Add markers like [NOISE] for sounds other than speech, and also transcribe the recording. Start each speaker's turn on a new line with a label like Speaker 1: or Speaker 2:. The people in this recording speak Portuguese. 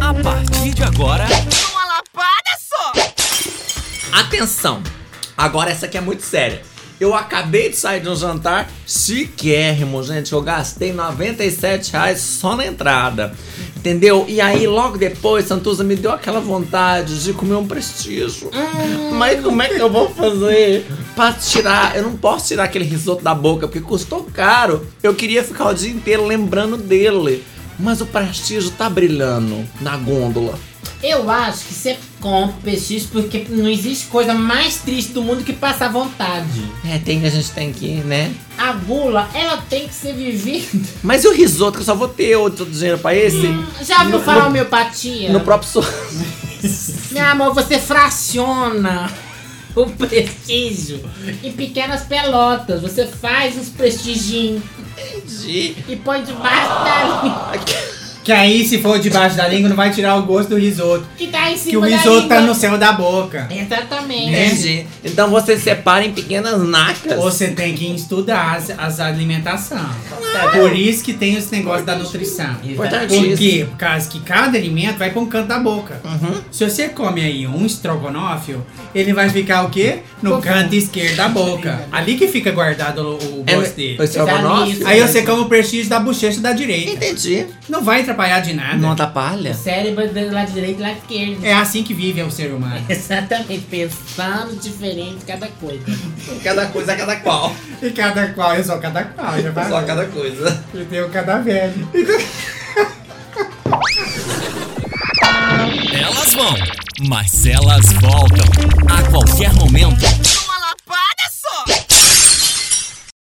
Speaker 1: A partir de agora.
Speaker 2: Uma lapada só!
Speaker 3: Atenção! Agora essa aqui é muito séria. Eu acabei de sair de um jantar chiquérrimo, gente. Eu gastei 97 reais só na entrada. Entendeu? E aí, logo depois, Santuza me deu aquela vontade de comer um prestígio. Mas como é que eu vou fazer pra tirar? Eu não posso tirar aquele risoto da boca, porque custou caro. Eu queria ficar o dia inteiro lembrando dele. Mas o prestígio tá brilhando na gôndola.
Speaker 4: Eu acho que sempre compro PX porque não existe coisa mais triste do mundo que passar vontade.
Speaker 3: É, tem que a gente tem que, ir, né?
Speaker 4: A gula, ela tem que ser vivida. [LAUGHS]
Speaker 3: Mas e o risoto que eu só vou ter outro dinheiro pra esse?
Speaker 5: Hum.
Speaker 4: Já viu
Speaker 3: No-
Speaker 4: falar
Speaker 3: no-
Speaker 4: homeopatia?
Speaker 3: No próprio so...
Speaker 4: Meu amor, você fraciona [LAUGHS] o prestígio em pequenas pelotas. Você faz os prestiginhos e põe debaixo da língua
Speaker 5: Que aí, se for debaixo da língua, não vai tirar o gosto do risoto.
Speaker 4: que tá em cima
Speaker 5: Que o
Speaker 4: da
Speaker 5: risoto
Speaker 4: língua.
Speaker 5: tá no É. céu da boca.
Speaker 4: Exatamente.
Speaker 3: Entendi. Então você separa em pequenas nacas.
Speaker 5: Você tem que estudar as, as alimentações. Por isso que tem esse negócio da nutrição. Por quê? Por causa que cada alimento vai pra um canto da boca.
Speaker 3: Uhum.
Speaker 5: Se você come aí um estrogonófio, ele vai ficar o quê? No canto esquerdo da boca. Ali que fica guardado o, o
Speaker 3: É,
Speaker 5: gosto dele.
Speaker 3: esse é o
Speaker 4: Tá
Speaker 3: Bonoff?
Speaker 4: nisso.
Speaker 5: Aí você come o prestígio da bochecha da direita.
Speaker 3: Entendi.
Speaker 5: Não vai atrapalhar de nada.
Speaker 3: Não atrapalha?
Speaker 4: O cérebro do lado direito e lado esquerdo.
Speaker 5: É assim que vive o ser humano.
Speaker 4: [LAUGHS] Exatamente, pensando diferente cada coisa.
Speaker 3: Cada coisa, cada qual.
Speaker 5: E cada qual, eu sou cada qual, já vai.
Speaker 3: coisa.
Speaker 5: Eu tenho um cada velho.
Speaker 1: Elas vão, mas elas voltam. A qualquer momento.